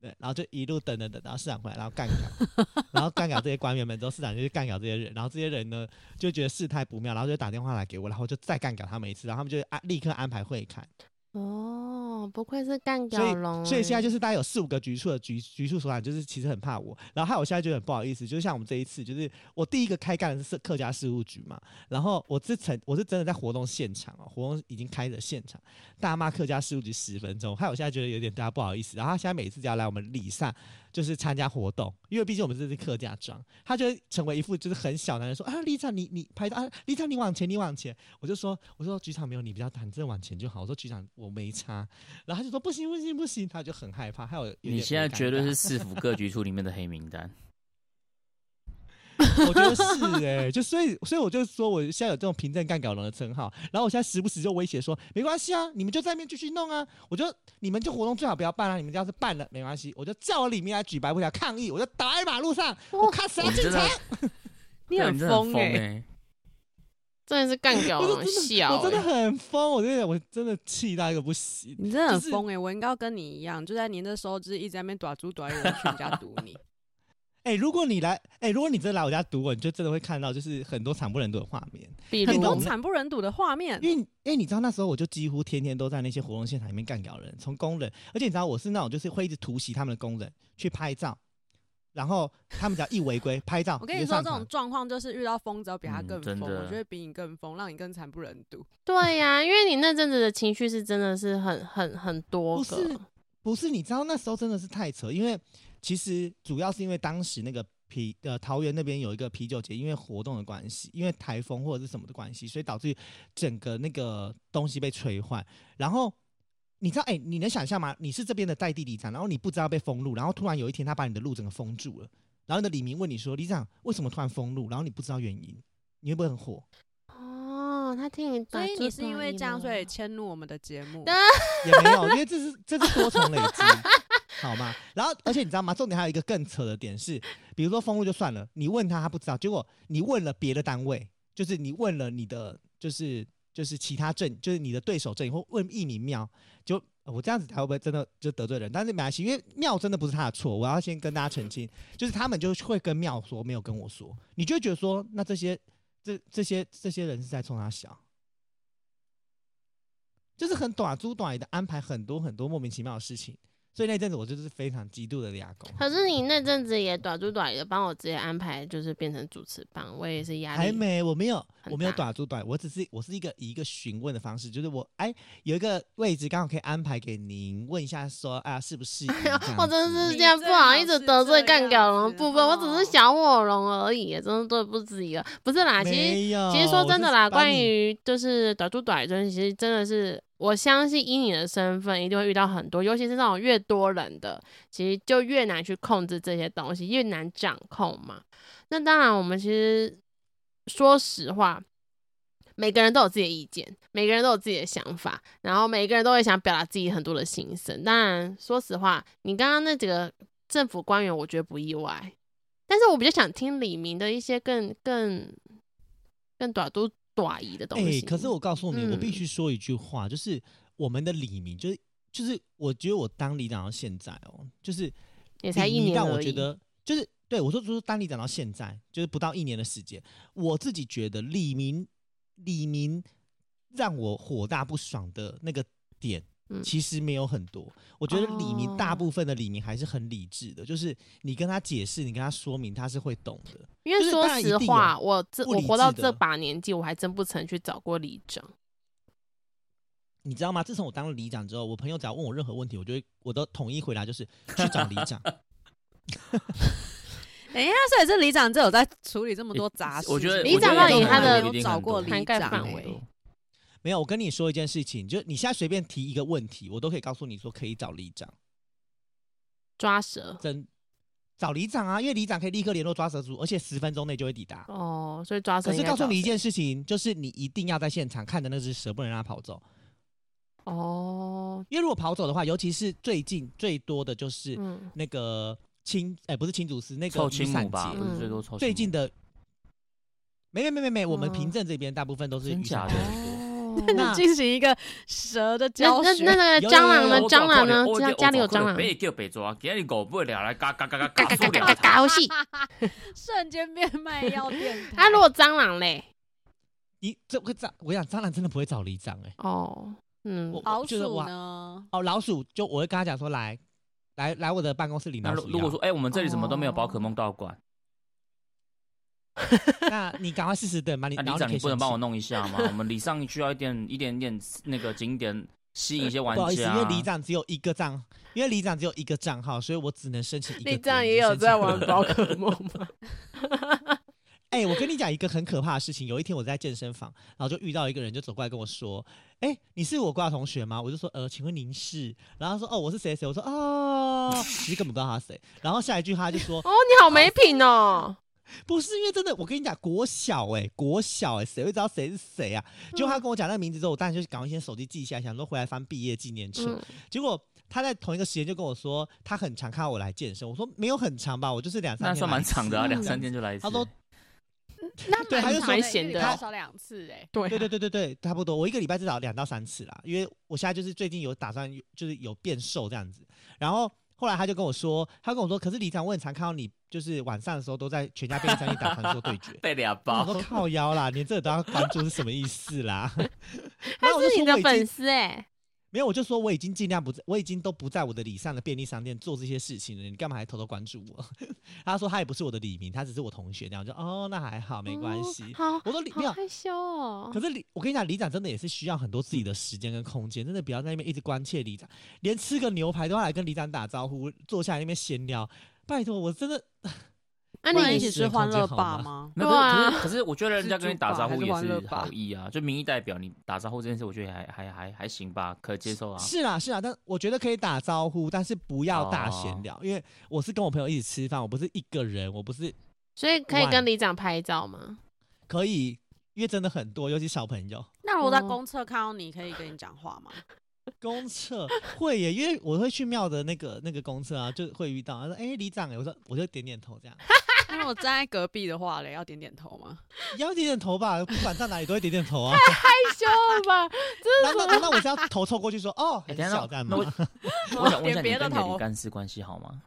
对，然后就一路等等等，然后市长回来，然后干掉， 然后干掉这些官员们之后，市长就去干掉这些人，然后这些人呢就觉得事态不妙，然后就打电话来给我，然后就再干掉他们一次，然后他们就安立刻安排会看，
哦，不愧是干
所
掉龙，
以所以现在就是大概有四五个局处的局局处首长，就是其实很怕我，然后还有我现在就很不好意思，就是像我们这一次，就是我第一个开干的是客家事务局嘛，然后我是曾我是真的在活动现场哦，活动已经开的现场，大骂客家事务局十分钟，还有我现在觉得有点大家不好意思，然后他现在每次只要来我们礼上就是参加活动，因为毕竟我们这是客家庄，他就会成为一副就是很小男人说啊，李长你你拍到啊，李长你往前你往前，我就说我说局长没有你比较坦，真的往前就好，我说局长我没差，然后他就说不行不行不行，他就很害怕，还有有点
你现在
尴
绝对
尬
是市府各局处里面的黑名单。
我觉得是哎、就所以所以我就说我现在有这种平正干搞人的称号，然后我现在时不时就威胁说没关系啊，你们就在那边继续弄啊，我就你们就活动最好不要办了、啊你们要是办了没关系，我就叫我里面来举白布条抗议，我就倒在马路上，我看谁要
我
进
真的
城，，
你
对
很
你真的
疯
疯
哎、
欸
真的是干掉
我
龙
就真的
笑
我真的
欸，
很疯，我真的我真的气到一个不行。
你真的
就
很
是
疯哎、我应该要跟你一样，就在你那时候就是一直在那边短猪短语，我去你家堵 你。
哎、如果你来，哎、如果你真的来我家堵我，你就真的会看到就是很多惨不忍睹的画面。
比
你
很
如
多
懂
惨不忍睹的画面
因。为因为你知道那时候我就几乎天天都在那些活动现场里面干掉人，从工人，而且你知道我是那种就是会一直突袭他们的工人去拍照，然后他们只要一违规拍照，
我跟你
就
说，
上
这种
传
状况就是遇到疯子要比他
嗯
更
真
疯，我
的
觉得比你更疯，让你更惨不忍睹。
对呀、因为你那阵子的情绪是真的是很很很多个
不是，不是，你知道那时候真的是太扯，因为其实主要是因为当时那个啤呃桃园那边有一个啤酒节，因为活动的关系，因为台风或者是什么的关系，所以导致整个那个东西被吹坏。然后你知道，哎、你能想象吗？你是这边的代地里长，然后你不知道被封路，然后突然有一天他把你的路整个封住了，然后你的李明问你说：“里长为什么突然封路？”然后你不知道原因，你会不会很火？
哦。他听你打猪打
所以
一了，
你是因为这样，所
啊
以迁怒我们的节目。
对
也没有，因为这是这是多重累积，好吗？然后，而且你知道吗？重点还有一个更扯的点是，比如说封路就算了，你问他他不知道，结果你问了别的单位，就是你问了你的就是就是其他镇，就是你的对手镇，或问一民庙，就呃我这样子才会不会真的就得罪人？但是没关系，因为庙真的不是他的错，我要先跟大家澄清，就是他们就会跟庙说，没有跟我说，你就会觉得说，那这些这这些这些人是在冲他笑。就是很短租短的安排很多很多莫名其妙的事情，所以那阵子我就是非常极度的俩狗。
可是你那阵子也短租短的帮我直接安排，就是变成主持棒，我也是压力
还没，我没有，
很
我没有
大
短租短，我只是我是一个以一个询问的方式，就是我哎有一个位置刚好可以安排给您，问一下说啊是不是您这样 子？
我真的是
你
这样不
最
好
好
意思
是
得
这
罪干
样
掉龙的
子
部分，我只是
哦
小火龙而已，真的对不起了。不是啦，其实
没有，
其实说真的啦，
我就是把
关
你
于就是短租短针，其实真的是我相信以你的身份一定会遇到很多，尤其是那种越多人的，其实就越难去控制这些东西，越难掌控嘛。那当然，我们其实说实话，每个人都有自己的意见，每个人都有自己的想法，然后每个人都会想表达自己很多的心声。当然，说实话，你刚刚那几个政府官员，我觉得不意外，但是我比较想听李明的一些更更更短都短疑的东
哎、
西。
可是我告诉你，我必
嗯
须说一句话，就是我们的李明，就是就是我觉得我当里长到现在哦，就是
也才
李
一
明
年
让我
而
觉
已。
得就是对我说，就是当你讲到现在，就是不到一年的时间，我自己觉得李明李明让我火大不爽的那个点
嗯。
其实没有很多，我觉得李明
哦
大部分的李明还是很理智的，就是你跟他解释，你跟他说明，他是会懂的。
因为
就是
说
当然一
实
定有
话，我这
不
我
理
活到
智
这
的
把年纪，我还真不曾去找过里长。
你知道吗？自从我当了里长之后，我朋友只要问我任何问题，我就会我都统一回答就是去找里长。
等一下，所以这里长这有在处理这么多杂事，
我觉得
里长到底他的
有找过里
涵盖
长
范
欸
围
没有，我跟你说一件事情，就是你现在随便提一个问题，我都可以告诉你说可以找里长。
抓蛇，
真找里长啊，因为里长可以立刻联络抓蛇族，而且十分钟内就会抵达。
哦，所以抓蛇
可
应
是
该
告诉
找
你一
谁
件事情，就是你一定要在现场看着那只蛇，不能让它跑走。
哦，
因为如果跑走的话，尤其是最近最多的就是
嗯，
那个青，哎、不是青竹丝，那个
凑
雨
亲母
伞
吧，
节
不
嗯
是最多凑
最
亲
近
母
的，没没没没没，我们
嗯
平镇这边大部分都是
真
雨伞
假
节
的
哦
那
进行一个蛇的
那
教
那
学。
那那个
有
蟑螂
有
呢
有？
蟑螂呢？家家里有蟑螂，
被叫被抓，今日狗不了来嘎嘎嘎嘎
嘎嘎
嘎
嘎
塑料
嘎嘎
塔
嘎戏。
瞬间变卖 药店台。
啊，如果蟑螂嘞？
你这会蟑，我想蟑螂真的不会找里长哎、
哦，嗯
我，
老
我觉得
鼠
我
呢？
哦，老鼠就我会跟他讲说来来来我的办公室领
那
老
如
鼠
如果
药
说，哎、我们这里怎么都
哦
没有宝可梦道馆？
那你赶快试试等吧，你
那
然
里
后
长，啊
可
你
以
不能
生
帮
气
我弄一下吗？我们礼上需要一点一点点那个景点吸引一些玩
不好意思，
家啊
因为里。长只有一个账，因为里长只有一个账号，所以我只能申请一 个。
你这样也有在玩
吧？
宝可梦吗？
哎、我跟你讲一个很可怕的事情。有一天我在健身房，然后就遇到一个人，就走过来跟我说：“哎、你是我国小同学吗？”我就说：“呃，请问您是？”然后他说：“哦，我是谁谁。”我说：“哦，其实根本不知道他是谁。”然后下一句他就说
哦，你好没品哦！：“
不是因为真的，我跟你讲，国小哎、国小哎、谁会知道谁是谁啊？”结果他跟我讲那个名字之后，我当然就赶快先手机记下来，想说回来翻毕业纪念册。
嗯，
结果他在同一个时间就跟我说，他很常看到我来健身。我说没有很长吧，我就是两三
那
天。
算蛮长的啊，
嗯
两三天就来一次。
他说
那
对他就说
蛮
蛮闲的
他少两次哎。
对啊
对对对对对，差不多。我一个礼拜至少两到三次啦，因为我现在就是最近有打算，就是有变瘦这样子。然后后来他就跟我说，他跟我说，可是李长，我很常看到你，就是晚上的时候都在全家便利商店打传说对决
。被俩
我
包
说，靠腰啦，连这个都要关注是什么意思啦？然
他
后我就是说
你的
我已
粉
经
丝哎，
没有，我就说我已经尽量不在，我已经都不在我的礼上的便利商店做这些事情了，你干嘛还偷偷关注我？ 他说他也不是我的李明，他只是我同学，这样我就哦，那还好，没关系。
哦好，
我说李没
好
有，
害羞哦
可。是里，我跟你讲，里长真的也是需要很多自己的时间跟空间，真的不要在那边一直关切里长，连吃个牛排都要来跟里长打招呼，坐下来那边闲聊。拜托，我真的
那
不然
啊
一
你
起吃欢乐吧吗？
没有
对
可
啊
是可是我觉得人家跟你打招呼也
自助吧还是欢
是
乐吧
好意啊，就民意代表你打招呼这件事，我觉得还还还还行吧，可接受啊。
是啦是啦，但我觉得可以打招呼，但是不要大闲
哦
聊，因为我是跟我朋友一起吃饭，我不是一个人，我不是
所以可以跟里长拍照吗？
可以，因为真的很多，尤其小朋友。
那如果在
哦
公厕看到你，可以跟你讲话吗？
公厕会耶，因为我会去庙的那个那个公厕啊，就会遇到。他说：“哎、里长耶。”我说：“我就点点头这样，
那如果站在隔壁的话嘞，要点点头吗？
要点点头吧，不管在哪里都会点点 头啊。
害羞了吧？
难道难道我是要头凑过去说哦，
哎
很
等一
小
下
这样
那
吗
我？我想问一下，
点
你
别的
跟你的
头
李干事关系好吗？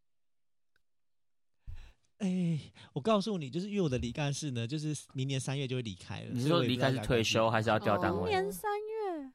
哎、我告诉你，就是因为我的李干事呢，就是明年三月就会离开了。
你是
所以
说
我也
离
不知道
开是
要
退
干什么
休还是要调单
哦
位？
年
三月，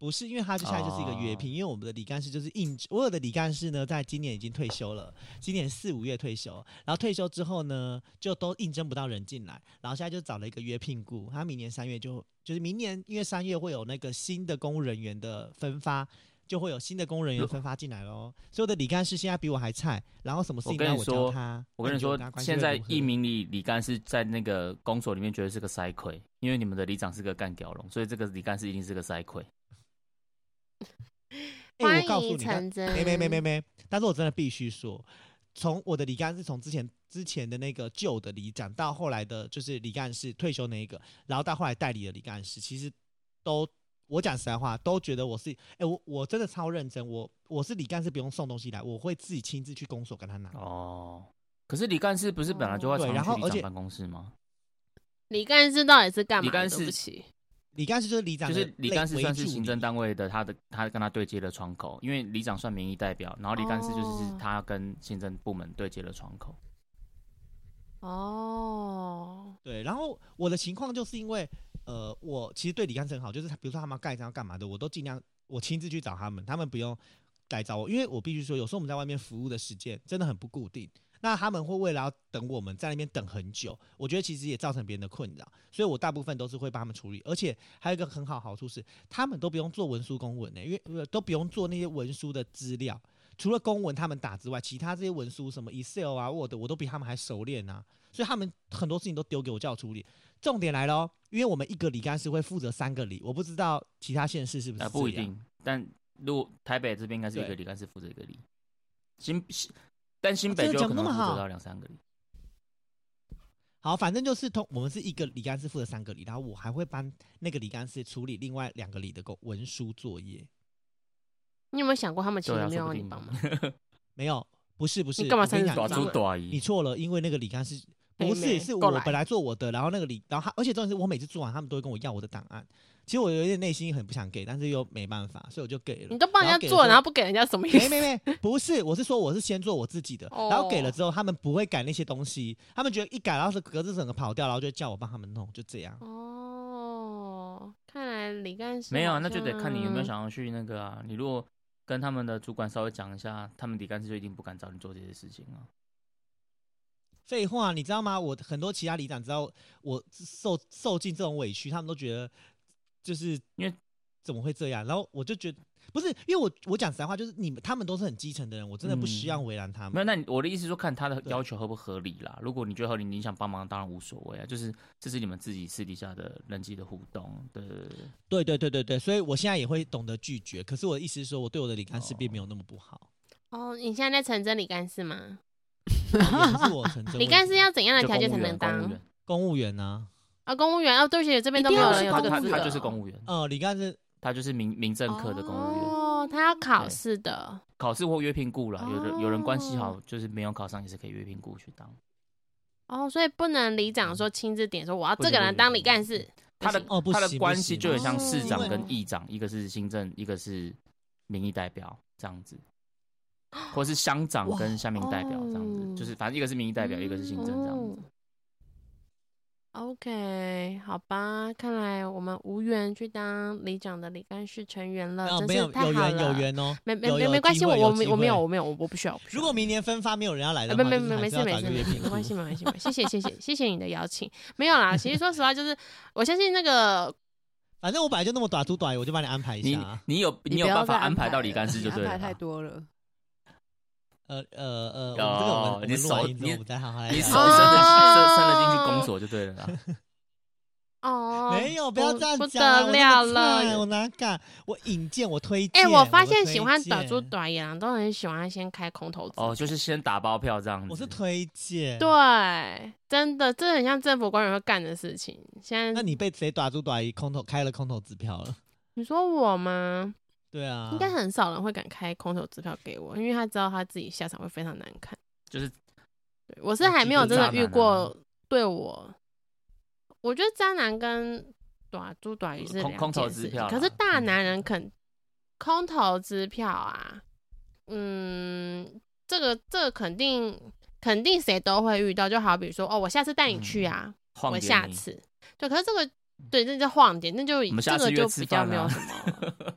不是，因为他就现在就是一个
哦
约聘，因为我们的李干事就是应征，我有的李干事呢，在今年已经退休了，今年四五月退休，然后退休之后呢，就都应征不到人进来，然后现在就找了一个约聘雇，他明年三月就就是明年因为三月会有那个新的公务人员的分发。就会有新的公务人员分发进来喽。所有的李干事现在比我还菜，然后什么事
我
情都
跟
要
你
我教
说
他。
我跟你
那觉
说
得他，关系
现
会
在
如何
一名里李干事在那个公所里面觉得是个塞魁，因为你们的里长是个干屌龙，所以这个李干事一定是个塞魁。
哎，
欢
我告诉
迎
你，他
陈真。
没没
嗯
没没没，但是我真的必须说，从我的李干是从之前之前的那个旧的里长，到后来的就是李干事退休那一个，然后到后来代理的李干事，其实都我讲实在话，都觉得我是，哎、我我真的超认真，我我是李干事不用送东西来，我会自己亲自去公所跟他拿。
哦，可是李干事不是本来就要
哦对
常
然后
去里
而且
长办公室吗？
李干事到底是干嘛
李
的？
干
对不
事
起，
李干事就是里长
就
的类，
是李干事
为
算是
助
行
理
政单位的，他的他跟他对接的窗口，因为里长算民意代表，然后李干事就是
哦
是他跟行政部门对接的窗口。
哦，
对，然后我的情况就是因为，呃，我其实对李干事很好，就是他比如说他们要盖章要干嘛的，我都尽量我亲自去找他们，他们不用来找我，因为我必须说，有时候我们在外面服务的时间真的很不固定，那他们会为了要等我们在那边等很久，我觉得其实也造成别人的困扰，所以我大部分都是会帮他们处理，而且还有一个很好好处是，他们都不用做文书公文呢、因为呃都不用做那些文书的资料。除了公文他们打之外，其他这些文书什么 Excel 啊、Word，我都比他们还熟练啊。所以他们很多事情都丢给我叫我处理。重点来喽，因为我们一个里干事会负责三个里，我不知道其他县市是不是、
啊，不一。定，但如果台北这边应该是一个里干事负责一个里，新新但新北
这
就有
个讲
可
得
能
那
会
么
负责
好
到两三个礼。
好，反正就是通，我们是一个李干事负责三个李，然后我还会帮那个李干事处理另外两个李的工文书作业。
你有没有想过他们其
对
实
啊，
没有
说不
要你
定
帮忙
嘛？。
没有，不是不是，
你干嘛
我跟你
三十
讲
打
爪子
你错
出
了
短姨
你，错了，因为那个李干事
妹
不
妹
是是
过
我
来
本来做我的，然后那个李，然后他，而且重点是我每次做完，他们都会跟我要我的档案。其实我有点内心很不想给，但是又没办法，所以我就给了。
你都帮人家做，然后
后
不给人家什么意
给了之
思？
后 没没没，不是，我是说我是先做我自己的，
哦
然后给了之后，他们不会改那些东西，他们觉得一改，然后是格子整个跑掉，然后就叫我帮他们弄，就这样。
哦，看来李干事
没有啊，
好
那就得看你有没有
像
想要去那个啊。你如果跟他们的主管稍微讲一下，他们李干事就一定不敢找你做这些事情啊。
废话，你知道吗？我很多其他里长知道我受受尽这种委屈，他们都觉得就是
因为
怎么会这样？然后我就觉得不是，因为我我讲实在话，就是你们他们都是很基层的人，我真的不希望为难他
没
们。
有，那你我的意思说看他的
对
要求合不合理啦。如果你觉得合理，你想帮忙当然无所谓啊，就是这是你们自己私底下的人际的互动。对对对对，
对对对对对，所以我现在也会懂得拒绝。可是我的意思是说，我对我的李干事并没有那么 不好，
哦，你现在在成真李干事吗？
也不是我成真。
李干事要怎样的
就
条件才
公务
能
员公务
当
员？
公务员 呢、
啊？公务员哦，对不起，这边都
一
没
定要
有
是
人有
他
这
他
个
公务
资
他
员
格
就是公务员，
呃，李干事
他就是民民政科的公务员。
哦，他要考
对
试的。
考试或约聘雇啦，有人有人关系
哦
好，就是没有考上也是可以约聘雇去当。
哦，所以不能里长说亲自点说我要
嗯不
啊这个
行
人
不
当
行
李干事，
他的
不行
哦不
他的
行不
关系
行
就很像
哦
市长
因为
跟议长，一个是行政，一个是民意代表这样子，或是乡长跟乡民代表这样子，
哦
就是反正一个是民意代表，一个是行政这样子。
哦 OK，好吧，看来我们无缘去当里长的李干事成员了，
啊
真
没
是
有
太好
有
了。
缘有缘哦。
没没
有
没
有
没关
机
系，我
会
我
有
没
机
我没有
会
我没有我不需要。我不需
如
要
果明年分发没有人要来的
啊，
话，
没没
就是
没没
还是
事
要
没
找一
事
个
没
月
事，
饼
没关系没关系没关系，谢谢谢谢谢谢你的邀请。没有啦，其实说实话，就是我相信那个
反正我本来就那么短粗短，我就帮你安排一
你
下啊。
你有
你
你有
不要
办法
再
安排
排
到
了
李干事
你
就
安
对
排
了
太
啦。
多了。
呃呃呃，我们这个我们
哦
我
你
们录完
手
音之后，
你
我们再好好来
你
聊
手
哦
伸的伸伸了进去公所就对了啦。
哦，
没有，不要这样
不
讲啊，
得
我那
了
么菜
了
我。哪敢？我引荐，我推
哎、
荐。
我发
的
现
推
喜欢短租
荐，
短野狼都很喜欢先开空头支
哦，就是先打包票这样子。
我是推荐。，
对，真的，这很像政府官员会干的事情。现
那
在
你被谁打住短一空头开了空头支票了？
你说我吗？
对啊，
应该很少人会敢开空头支票给我，因为他知道他自己下场会非常难看。
就是
对我是
那
还
几
没
个
有真
渣
的遇
男啊
过对我，我觉得渣男跟短猪短鱼是
空
两
空头
件
支
事情
票
可
啦嗯
是大
空头
男
支
人
票
肯空头支票啊，嗯，这个这个肯定肯定谁都会遇到，就好比说哦，我下次带你去
嗯
啊，
晃
我
点
下
你
次对，可是这个对，那叫晃点，那就
我们
这
下
个
次约
就
吃
比较
饭
没有
啊
什么 了。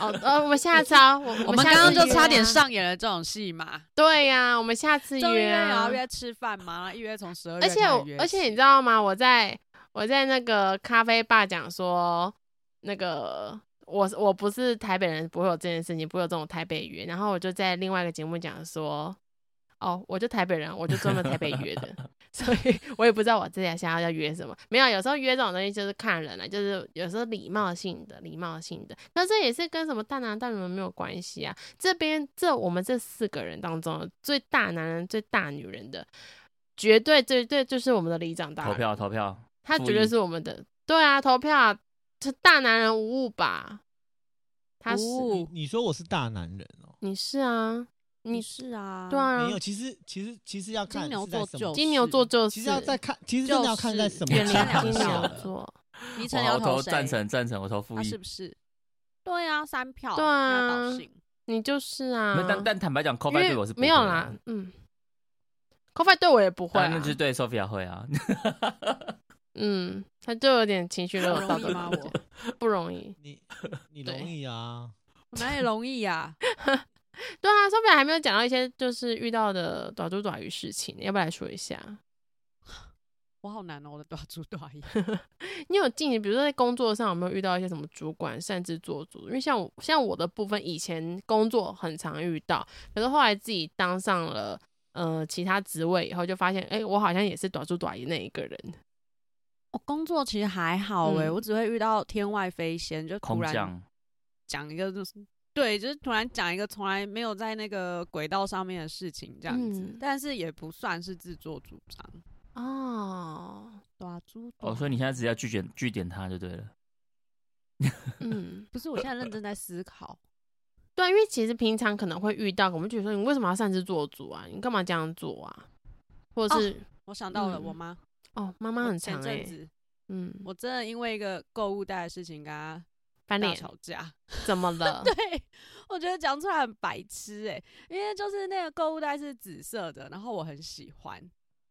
哦，呃，我们下次啊，我
我
我
们
下
刚刚
次
就
约
差点
啊
上演了这种戏嘛，
对呀、我们下次
终于
约
也
啊
要，约吃饭嘛，然后一约从十二月
而且
开始
我
约
而且
起
你知道吗？我在我在那个咖啡吧讲说，那个我我不是台北人，不会有这件事情，不会有这种台北约。然后我就在另外一个节目讲说，哦，我就台北人，我就专门台北约的， 所以我也不知道我自己想要要约什么。没有，有时候约这种东西就是看人了、啊就是有时候礼貌性的，礼貌性的。可是这也是跟什么大男大女人没有关系啊。这边这我们这四个人当中，最大男人、最大女人的，绝对绝对就是我们的里长大人
投票投票，
他
复
绝对
议
是我们的。对啊，投票啊这大男人无误吧？他是、
哦
你说我是大男人哦。
你是啊，你
是啊，
对啊
没有，，其实其实其实要看
金牛
是在
座
什
就
么，
金牛座就是
其实要再看，其实真的要看在什 么
远
就是
场
离金
合下
牛
了
座。
你
哇
成要
我投
谁？
赞成赞成，我投复
他
议
啊是。不是？对啊，三票，
对
你要
啊
导信
你就是啊
没有，但但坦白讲 c o
因
f i
为
对我是不
没有
会的
啦，嗯 c o f i 对我也不会、
对啊
啊，
那就是对 Sophia 会啊。
嗯，他就有点情绪勒
我
索到
容易
的
吗？
感觉，
我
不容易。
你你
对
容易啊？
我哪里容易啊呀？
对啊，说不定还没有讲到一些就是遇到的短猪短鱼事情，要不要来说一下？
我好难哦，我的短猪短衣。
你有进，比如说在工作上有没有遇到一些什么主管擅自做主？因为像我像我的部分，以前工作很常遇到，可是后来自己当上了呃其他职位以后，就发现哎、诶我好像也是短猪短鱼那一个人。
我工作其实还好哎，
嗯
我只会遇到天外飞仙，就突
空
然
降，
讲一个就是。对，就是突然讲一个从来没有在那个轨道上面的事情这样子，
嗯
但是也不算是自作主张。
哦，
抓猪
哦，所以你现在只要拒点拒点他就对了。
嗯，
不
呃
是，我现在认真在思考。
对，因为其实平常可能会遇到，我们就觉得说你为什么要擅自做主啊？你干嘛这样做啊？或者是
我想到了，
嗯
我妈，欸
哦，妈
哦我
妈很
前
长哎、
阵子
嗯，
我真的因为一个购物袋的事情跟她
翻
大
脸
吵架。
怎么了？
对，我觉得讲出来很白痴哎、因为就是那个购物袋是紫色的，然后我很喜欢，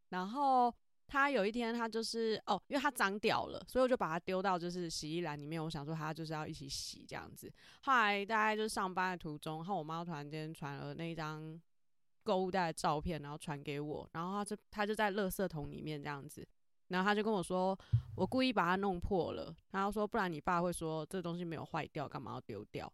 然后它有一天它就是哦，因为它脏掉了，所以我就把它丢到就是洗衣篮里面，我想说它就是要一起洗这样子。后来大概就是上班的途中，然后我妈突然间传了那一张购物袋的照片，然后传给我，然后她就她就在垃圾桶里面这样子。然后她就跟我说，我故意把它弄破了。然后说，不然你爸会说这东西没有坏掉，干嘛要丢掉？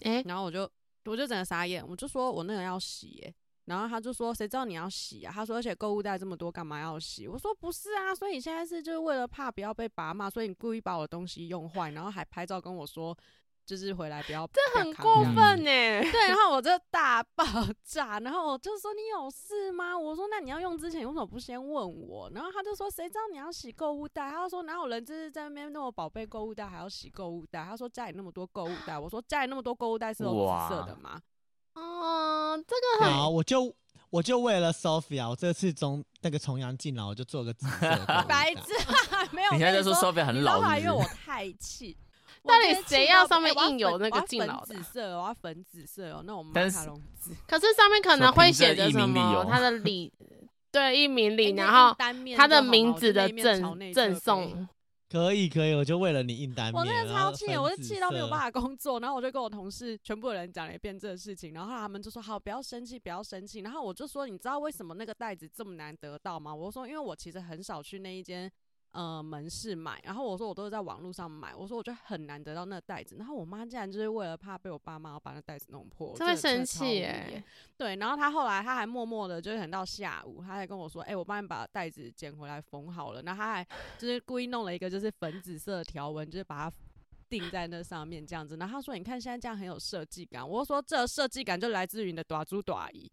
哎、
然后我就我就整个傻眼，我就说我那个要洗耶、然后他就说谁知道你要洗啊？他说而且购物袋这么多，干嘛要洗？我说不是啊，所以你现在是就是为了怕不要被爸骂，所以你故意把我的东西用坏，然后还拍照跟我说就是回来不要
这很
不要扛
过
这样
分哎、
对，然后我就大爆炸，然后我就说你有事吗？我说那你要用之前你为什么不先问我？然后他就说谁知道你要洗购物袋？他就说哪有人就是在那边那么宝贝购物袋还要洗购物袋？他说家里那么多购物袋，我说家里那么多购物袋是有紫色的
哇
吗？
哦，这个很
好，我就我就为了 Sophia，我这次从那个重阳啊进来，我就做个紫色 的购物袋
白痴，啊没有。
你
哎我
现在在
跟
说 Sophia 很
你知道
老
后来
是
因为
不
我
是？
太气。我
到
真
底
的气
谁
到
要
不
上
哎
面
我要
印有那
粉我
个
要
敬
粉
老的
紫
啊
色哦，我要粉紫色哦，那种马
但
卡
是
龙紫，
可是上面可
什么
能会
凭证
写着
一
什
名理
么
由
他的 礼，对，一名
哎
礼，
你
然
印
后
单面
他
就
的
好吗
名
我
字
就那
的
一面朝
赠
内侧
赠
可以
送，
可以可以，我就为了你印单面，
我真的超气的，我
是
是气到没有办
法。
法工作，然后我就跟我同事全部人讲了一遍这个事情，然后后来他们就说好，不要生气，不要生气。然后我就说，你知道为什么那个袋子这么难得到吗？我就说，因为我其实很少去那一间呃门市买，然后我说我都是在网络上买，我说我就很难得到那个袋子。然后我妈竟然就是为了怕被我爸妈把那袋子弄破，我
真会
真
生
的超无
气
语
哎、
耶对，然后他后来他还默默的，就是很到下午，他还跟我说：“哎、我帮你把袋子捡回来缝好了。”然后他还就是故意弄了一个就是粉紫色的条纹，就是把它钉在那上面这样子。然后他说：“你看现在这样很有设计感。”我就说：“这设计感就来自于你的短租短姨。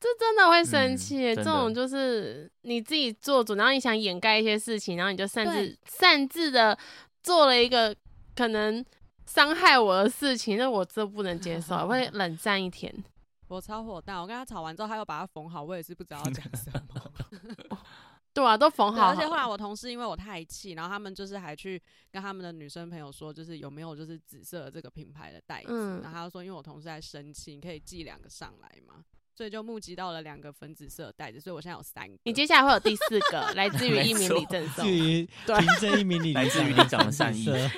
这真的会生
嗯
气耶、
真的
这种就是你自己做主，然后你想掩盖一些事情，然后你就擅自
对
擅自的做了一个可能伤害我的事情，那我这不能接受，我会冷战一天。”
我超火大！我跟他吵完之后，他又把它缝好，我也是不知道要讲什么。
对啊，都缝
对，
好
而且
好
后
了，
来我同事因为我太气，然后他们就是还去跟他们的女生朋友说，就是有没有就是紫色的这个品牌的袋子，
嗯
然后他就说因为我同事在生气，你可以寄两个上来嘛，所以就募集到了两个粉紫色的袋子，所以我现在有三个。
你接下来会有第四个，来自于
没
一名
错
李正
至
送，
于
啊
对
凭证一 名里，
来自于领长的善意
紫色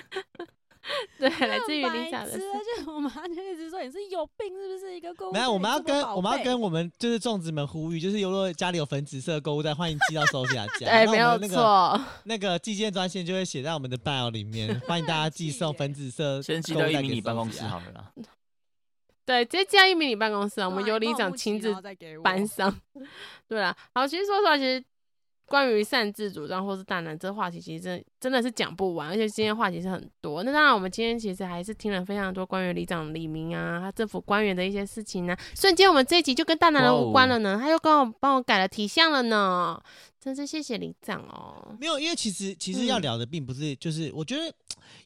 对，来自于
很
李
白
想的
痴，而且我妈就一直说你是有病是不是？一个购物
没
袋
有，我们要
这么
跟
宝
我们要
贝
跟我们就是粽子们呼吁，就是如果家里有粉紫色的购物袋，欢迎寄到 Sophia 家。
哎
对，哎
那
没有
我们那个
错，
那个寄件专线就会写在我们的 bio 里面，欢迎大家寄送粉紫 色。
先寄到一名你办公室。好了啦。
对，直接寄到一名李办公室啊，
对
我
啊
们
你
有
帮
李
我
长
募集
亲自
然后再给我
班上。 对啦，好，其实说实话，其实关于擅自主张或是大男这话题，其实真真的是讲不完，而且今天话题是很多。那当然，我们今天其实还是听了非常多关于里长李明啊，他政府官员的一些事情呢、瞬间，我们这一集就跟大男人无关了呢，他又跟我帮我改了题项了呢，真是谢谢里长哦。
没有，因为其实其实要聊的并不是，就是我觉得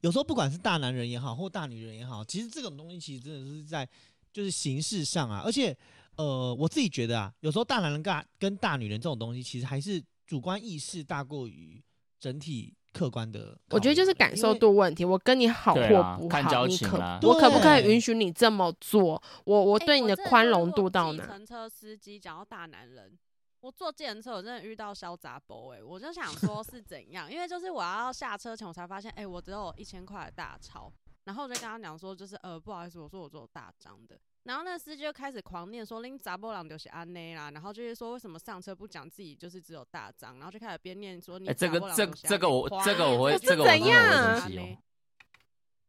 有时候不管是大男人也好，或大女人也好，其实这种东西其实真的是在就是形式上啊，而且呃，我自己觉得啊，有时候大男人跟大跟大女人这种东西，其实还是主观意识大过于整体客观的。
我觉得就是感受。度问题，我跟你好
对
或
啦
不
看
好，
交
你
情
可
啦
我可不可以
对
允许你这么做？我我
欸
对你的
真
宽
觉得
容
如
度
果
到
计
哪？
程车司机讲到大男人，我坐计程车我真的遇到潇洒 boy，我欸就想说是怎样，因为就是我要下车前我才发现，哎、我只有一千块的大钞，然后我就跟他讲说，就是呃不好意思，我说我只有大张的。然后那个司机就开始狂念说拎杂波朗就是安内啦，然后就是说为什么上车不讲自己就是只有大张，然后就开始边念说你
哎，这
查
个
某人
这
就是
这个
安内
我
狂
这个我会
念说
这
怎
个我真的
样
会
安
生气
内
哦。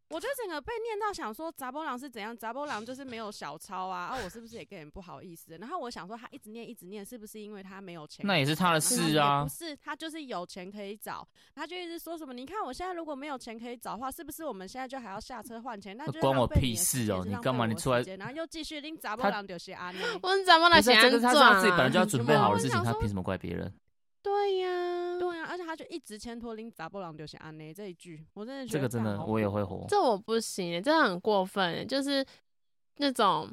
我就整个被念到想说杂波郎是怎样，杂波郎就是没有小抄啊，啊，我是不是也跟人不好意思？然后我想说他一直念一直念，是不是因为他没有钱？
那也是他的
然后
事
也
啊
不。是他就是有钱可以找，他就一直说什么，你看我现在如果没有钱可以找的话，是不是我们现在就还要下车换钱？那
那
就是
关
浪
我
费你
屁
的
事
时间
哦
是
你
浪
干
费
嘛
我
你
的
出
时
来
间然后又继续拎杂波
他
郎丢些阿内。
我是怎么来
不是
想
啊
啊
这个是他他自己本来就要准备好的
我
事情，
想
他
说
凭什么怪别人？
对呀，
对啊，而且他就一直牵拖拎杂波郎丢些阿内这一句，我真的觉
这
得
个真的我也会火。
这我不行欸，这很过分欸，就是那种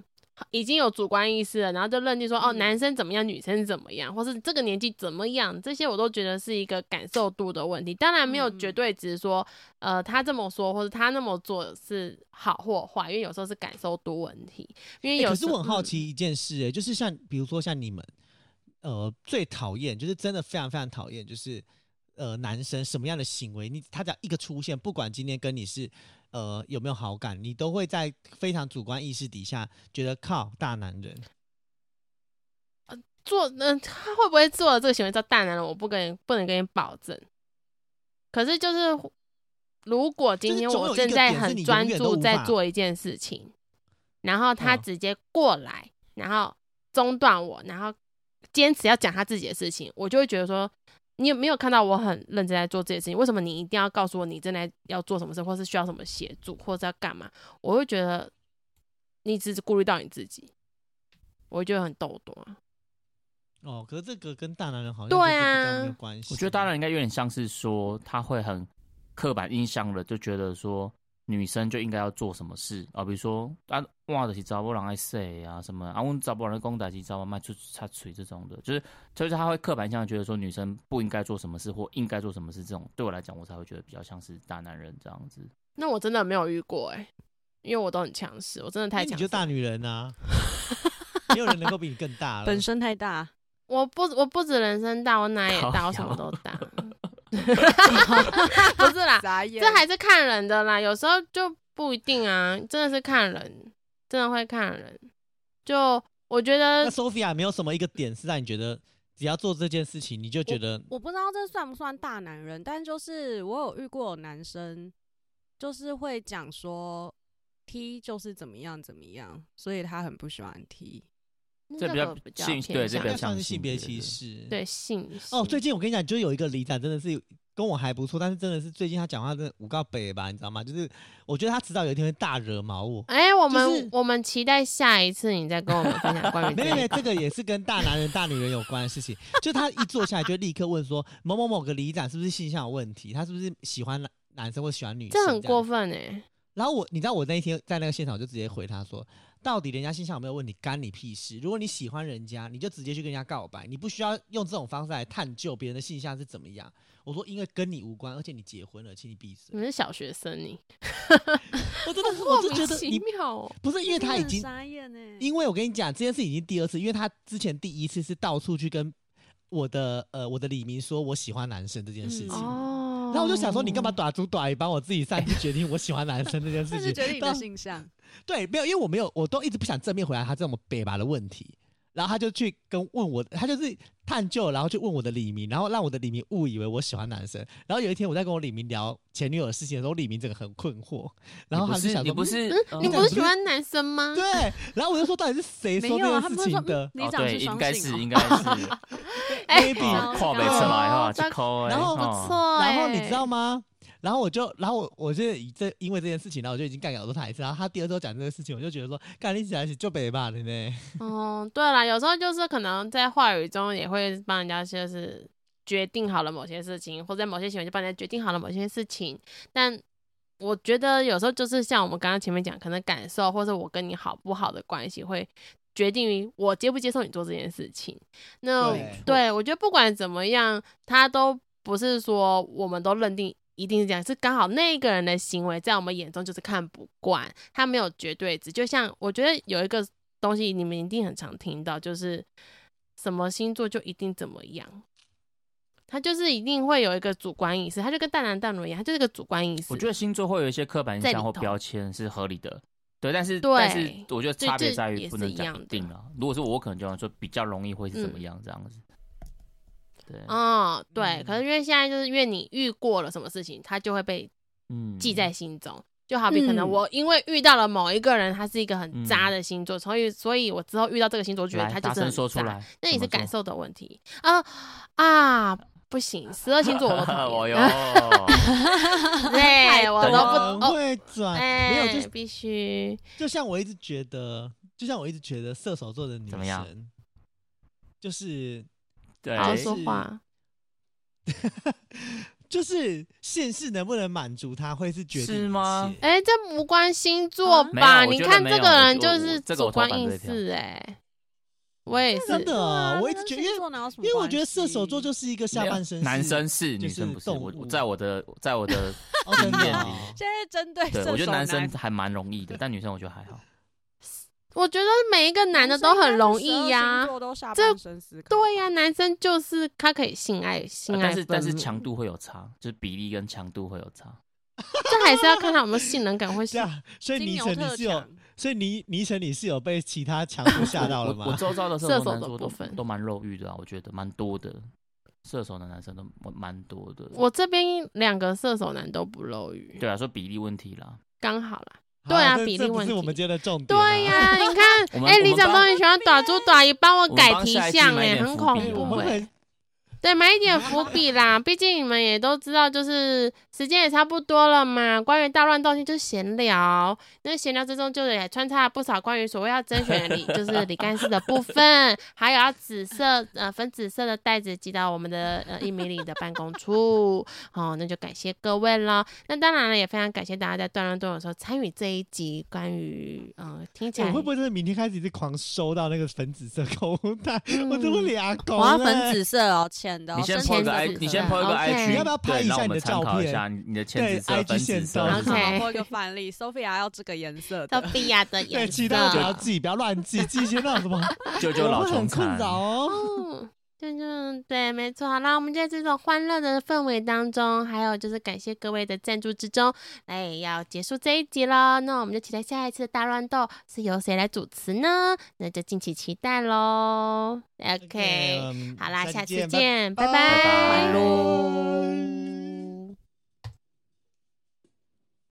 已经有主观意识了，然后就认定说哦，
嗯
男生怎么样，女生怎么样，或是这个年纪怎么样，这些我都觉得是一个感受度的问题。当然没有
嗯
绝对值说，呃，他这么说或者他那么做是好或坏，因为有时候是感受度问题。因为
哎
欸
有、
可
时
是我很好
嗯
奇一件事、欸，就是像比如说像你们，呃，最讨厌就是真的非常非常讨厌，就是呃男生什么样的行为，你他只要一个出现，不管今天跟你是呃有没有好感，你都会在非常主观意识底下觉得靠大男人，
做，嗯、他会不会做了这个行为叫大男人，我不跟你不能跟你保证。可是就是，如果今天
就是总有
我
一个
正在
点是
很
你
专
永远都
注
无
在
法
做一件事情，然后他
嗯
直接过来，然后中断我，然后坚持要讲他自己的事情，我就会觉得说。你有没有看到我很认真在做这件事情？为什么你一定要告诉我你正在要做什么事，或是需要什么协助，或者要干嘛？我会觉得你只是顾虑到你自己，我会觉得很逗懂啊。
哦，可是这个跟大男人好像
对
就是比较
啊
没有关系。
我觉得大人应该有点像是说，他会很刻板印象的，就觉得说女生就应该要做什么事啊，比如说啊，哇的是查波人爱谁啊，什么啊，问查波人公打起查波卖出插嘴这种的，就是就是他会刻板印象地觉得说女生不应该做什么事或应该做什么事，这种对我来讲，我才会觉得比较像是大男人这样子。
那我真的没有遇过哎、因为我都很强势，我真的太
因为
强
你就
势
大
了。
女人 啊，没有人能够比你更大了。
本身太大，
我不我不止人生大，我哪也大，我什么都大。 不是啦，
傻眼
啊这还是看人的啦，有时候就不一定啊，真的是看人，真的会看人。就我觉
那
得
Sophia 没有什么一个点是让你觉得只要做这件事情，你就觉得
我不知道这算不算大男人，但就是我有遇过有男生，就是会讲说 T 就是怎么样怎么样，所以他很不喜欢 T。
这比较
个比较
性
偏
对这
向
比较
那算是
像
性
性
别
别
歧
的
视。
对性
哦，
行
最近我跟你讲，就是有一个里长真的是跟我还不错，但是真的是最近他讲话真的五告北吧，你知道吗？就是我觉得他迟早有一天会大惹毛我。
哎、我们、
就是
我们期待下一次你再跟我们分享关于
没
这
有没
一
有，
个
这个也是跟大男人、大女人有关的事情。就他一坐下来就立刻问说，某某某个里长是不是性向有问题？他是不是喜欢男男生或喜欢女生？
这很过
分。
分哎、
然后我，你知道我那一天在那个现场，我就直接回他说，到底人家性向有没有问题，干你屁事？如果你喜欢人家，你就直接去跟人家告白，你不需要用这种方式来探究别人的性向是怎么样。我说，因为跟你无关，而且你结婚了，请你闭嘴
你。们是小学生你，
我真的是，
莫
我是觉
名
得
其
你
妙哦。
不是因为
真的
他已
很
经，
傻眼呢、欸
因为我跟你讲这件事已经第二次，因为他之前第一次是到处去跟我的呃我的李明说我喜欢男生这件事情，
嗯哦
哦
然后我就想说你干嘛打猪打一帮我自己擅自决定我喜欢男生这件 事
这是
情，
决定你
到
的性向，
对，没有，因为我没有，我都一直不想正面回答他这种北吧的问题。然后他就去跟问我，他就是探究，然后去问我的李明，然后让我的李明误以为我喜欢男生。然后有一天我在跟我李明聊前女友的事情的时候，李明整个很困惑， 然后
你不
他就是想
你
说，
不
嗯
是
你
嗯
不是喜欢男生吗？
对，然后我就说到底是谁
没
说这
有啊，
件
他们
事
会说
情的
嗯里
哦
长
对，
是
应
双
该
性
是
哦
应该 是
？maybe，
啊跨
哦
北出来哈，
哦
去抠
然后
不
哦
错哎、
啊然后你知道吗？然后我就，然后我我就以这因为这件事情，然后我就已经干掉了他一次。然后他第二周讲这个事情，我就觉得说，干你起来是就北吧的呢。
哦，对啦，有时候就是可能在话语中也会帮人家就是决定好了某些事情，或者在某些行为就帮人家决定好了某些事情。但我觉得有时候就是像我们刚刚前面讲，可能感受或者我跟你好不好的关系会。决定于我接不接受你做这件事情。那
对
对我觉得不管怎么样，他都不是说我们都认定一定是这样，是刚好那个人的行为在我们眼中就是看不惯，他没有绝对值。就像我觉得有一个东西你们一定很常听到，就是什么星座就一定怎么样，他就是一定会有一个主观意识，他就跟大男大女一样，他就是个主观意识。
我觉得星座会有一些刻板印
在
象
里
或
头
标签是合理的，对，但是
对
但是我觉得
这
差别
这
在
也
于不
是
能
一
讲
样
一
的
定啊。如果是我，可能就想说比较容易会是怎么
嗯
样这样子。对，
哦，对，
嗯
可是因为现在就是因为你遇过了什么事情，他就会被
嗯
记在心中。就好比可能
嗯
我因为遇到了某一个人，他是一个很渣
嗯
的星座，所以所以我之后遇到这个星座，觉得
来
他就
大
是很
声说出
渣。
来，
那也是
怎么
感
说。
受的问题啊啊！不行，十二星座我都讨
呃 我
厌，
有，
对我都
很
不哦，
会转，没有，
哎
就，
必须
就像我一直觉得，就像我一直觉得射手座的女
怎么样
生，就是
对，
好好
是
说话。
就是现实能不能满足她，会是决定
是
一
吗
切
哎，这无关星座
嗯
吧？
没有我
你
觉得
看
没
这
有
个
我
人
觉
就
得
是
我这个
主
我投
观
反
应
对票
试，哎，我也
真
是
的，啊
啊
我一直觉得，因为因为我觉得射手座就是是一个下
没有
半身
男
是
生是
就
女生
是
不是，
动
我
物
我在我的在 我的
哦真的
经验
哦
里
现在针对
对
射手
我觉得男生还蛮容易的，但女生我觉得还好。
我觉得每一个男的都很容易呀、这对呀、男生就是他可以性爱性
呃
爱分
但是
明，
但是强度会有差，就是比例跟强度会有差。
这还是要看他有没有性能感或
这
性。
样，啊所以
金
尼
牛
城你
特
是有
强，
所以尼尼城你是有被其他强度吓到了
我我
吗？
周遭的
射
射
手
手
的
男生
部
都
分
都蛮肉欲的啊，我觉得蛮多的，射手的男生都蛮蛮多的。
我这边两个射手男都不漏雨，
对啊，说比例问题啦，
刚好啦。
好
对啊
这
比例
这不
问
是我们
题
今天的重点啊。
对呀、你看，
我们
哎、
我们
李长
帮
都很喜欢短猪短姨，帮我
我们
改
帮
题
下一季
项
埋
哎、
一点
很
伏笔
恐
哎，我
怖
们
哎、
很
对，埋一点
嗯
伏笔啦。毕竟你们也都知道，就是时间也差不多了嘛。关于大乱斗，就是闲聊。那闲聊之中，就也穿插了不少关于所谓要甄选李，就是李干事的部分，还有要紫色呃粉紫色的袋子寄到我们的呃一米里的办公处。哦，那就感谢各位了。那当然了，也非常感谢大家在断乱斗的时候参与这一集关于呃听起
哎
来
我会不会真的明天开始一直狂收到那个粉紫色购物袋？我
嗯
都会俩狗。哎
我要
欸
粉，紫色哦，浅的哦，
你先
深
抛
抛
浅
个
的
I，
紫色
你先抛一个
OK
I
你
区，
要
不要拍
对
一下
让我
你的
们参
照
考一
片
下你你的
对
浅紫色、
，IG
粉紫
线
色
动
是什
好
么
OK
我有一个范例，Sophia 要这个颜色
特
的。
比亚 的
对，
颜色
其。他我不要记，不要乱记，记些那种什么，
舅舅
我
老
会
穷
很困
惨。
扰哦。
嗯，就就对，没错。好啦，我们在这种欢乐的氛围当中，还有就是感谢各位的赞助之中，哎，要结束这一集喽。那我们就期待下一次的大乱斗是由谁来主持呢？那就敬请期待喽。OK，,
嗯
好啦，下次
拜
见，拜
拜
拜
拜
拜喽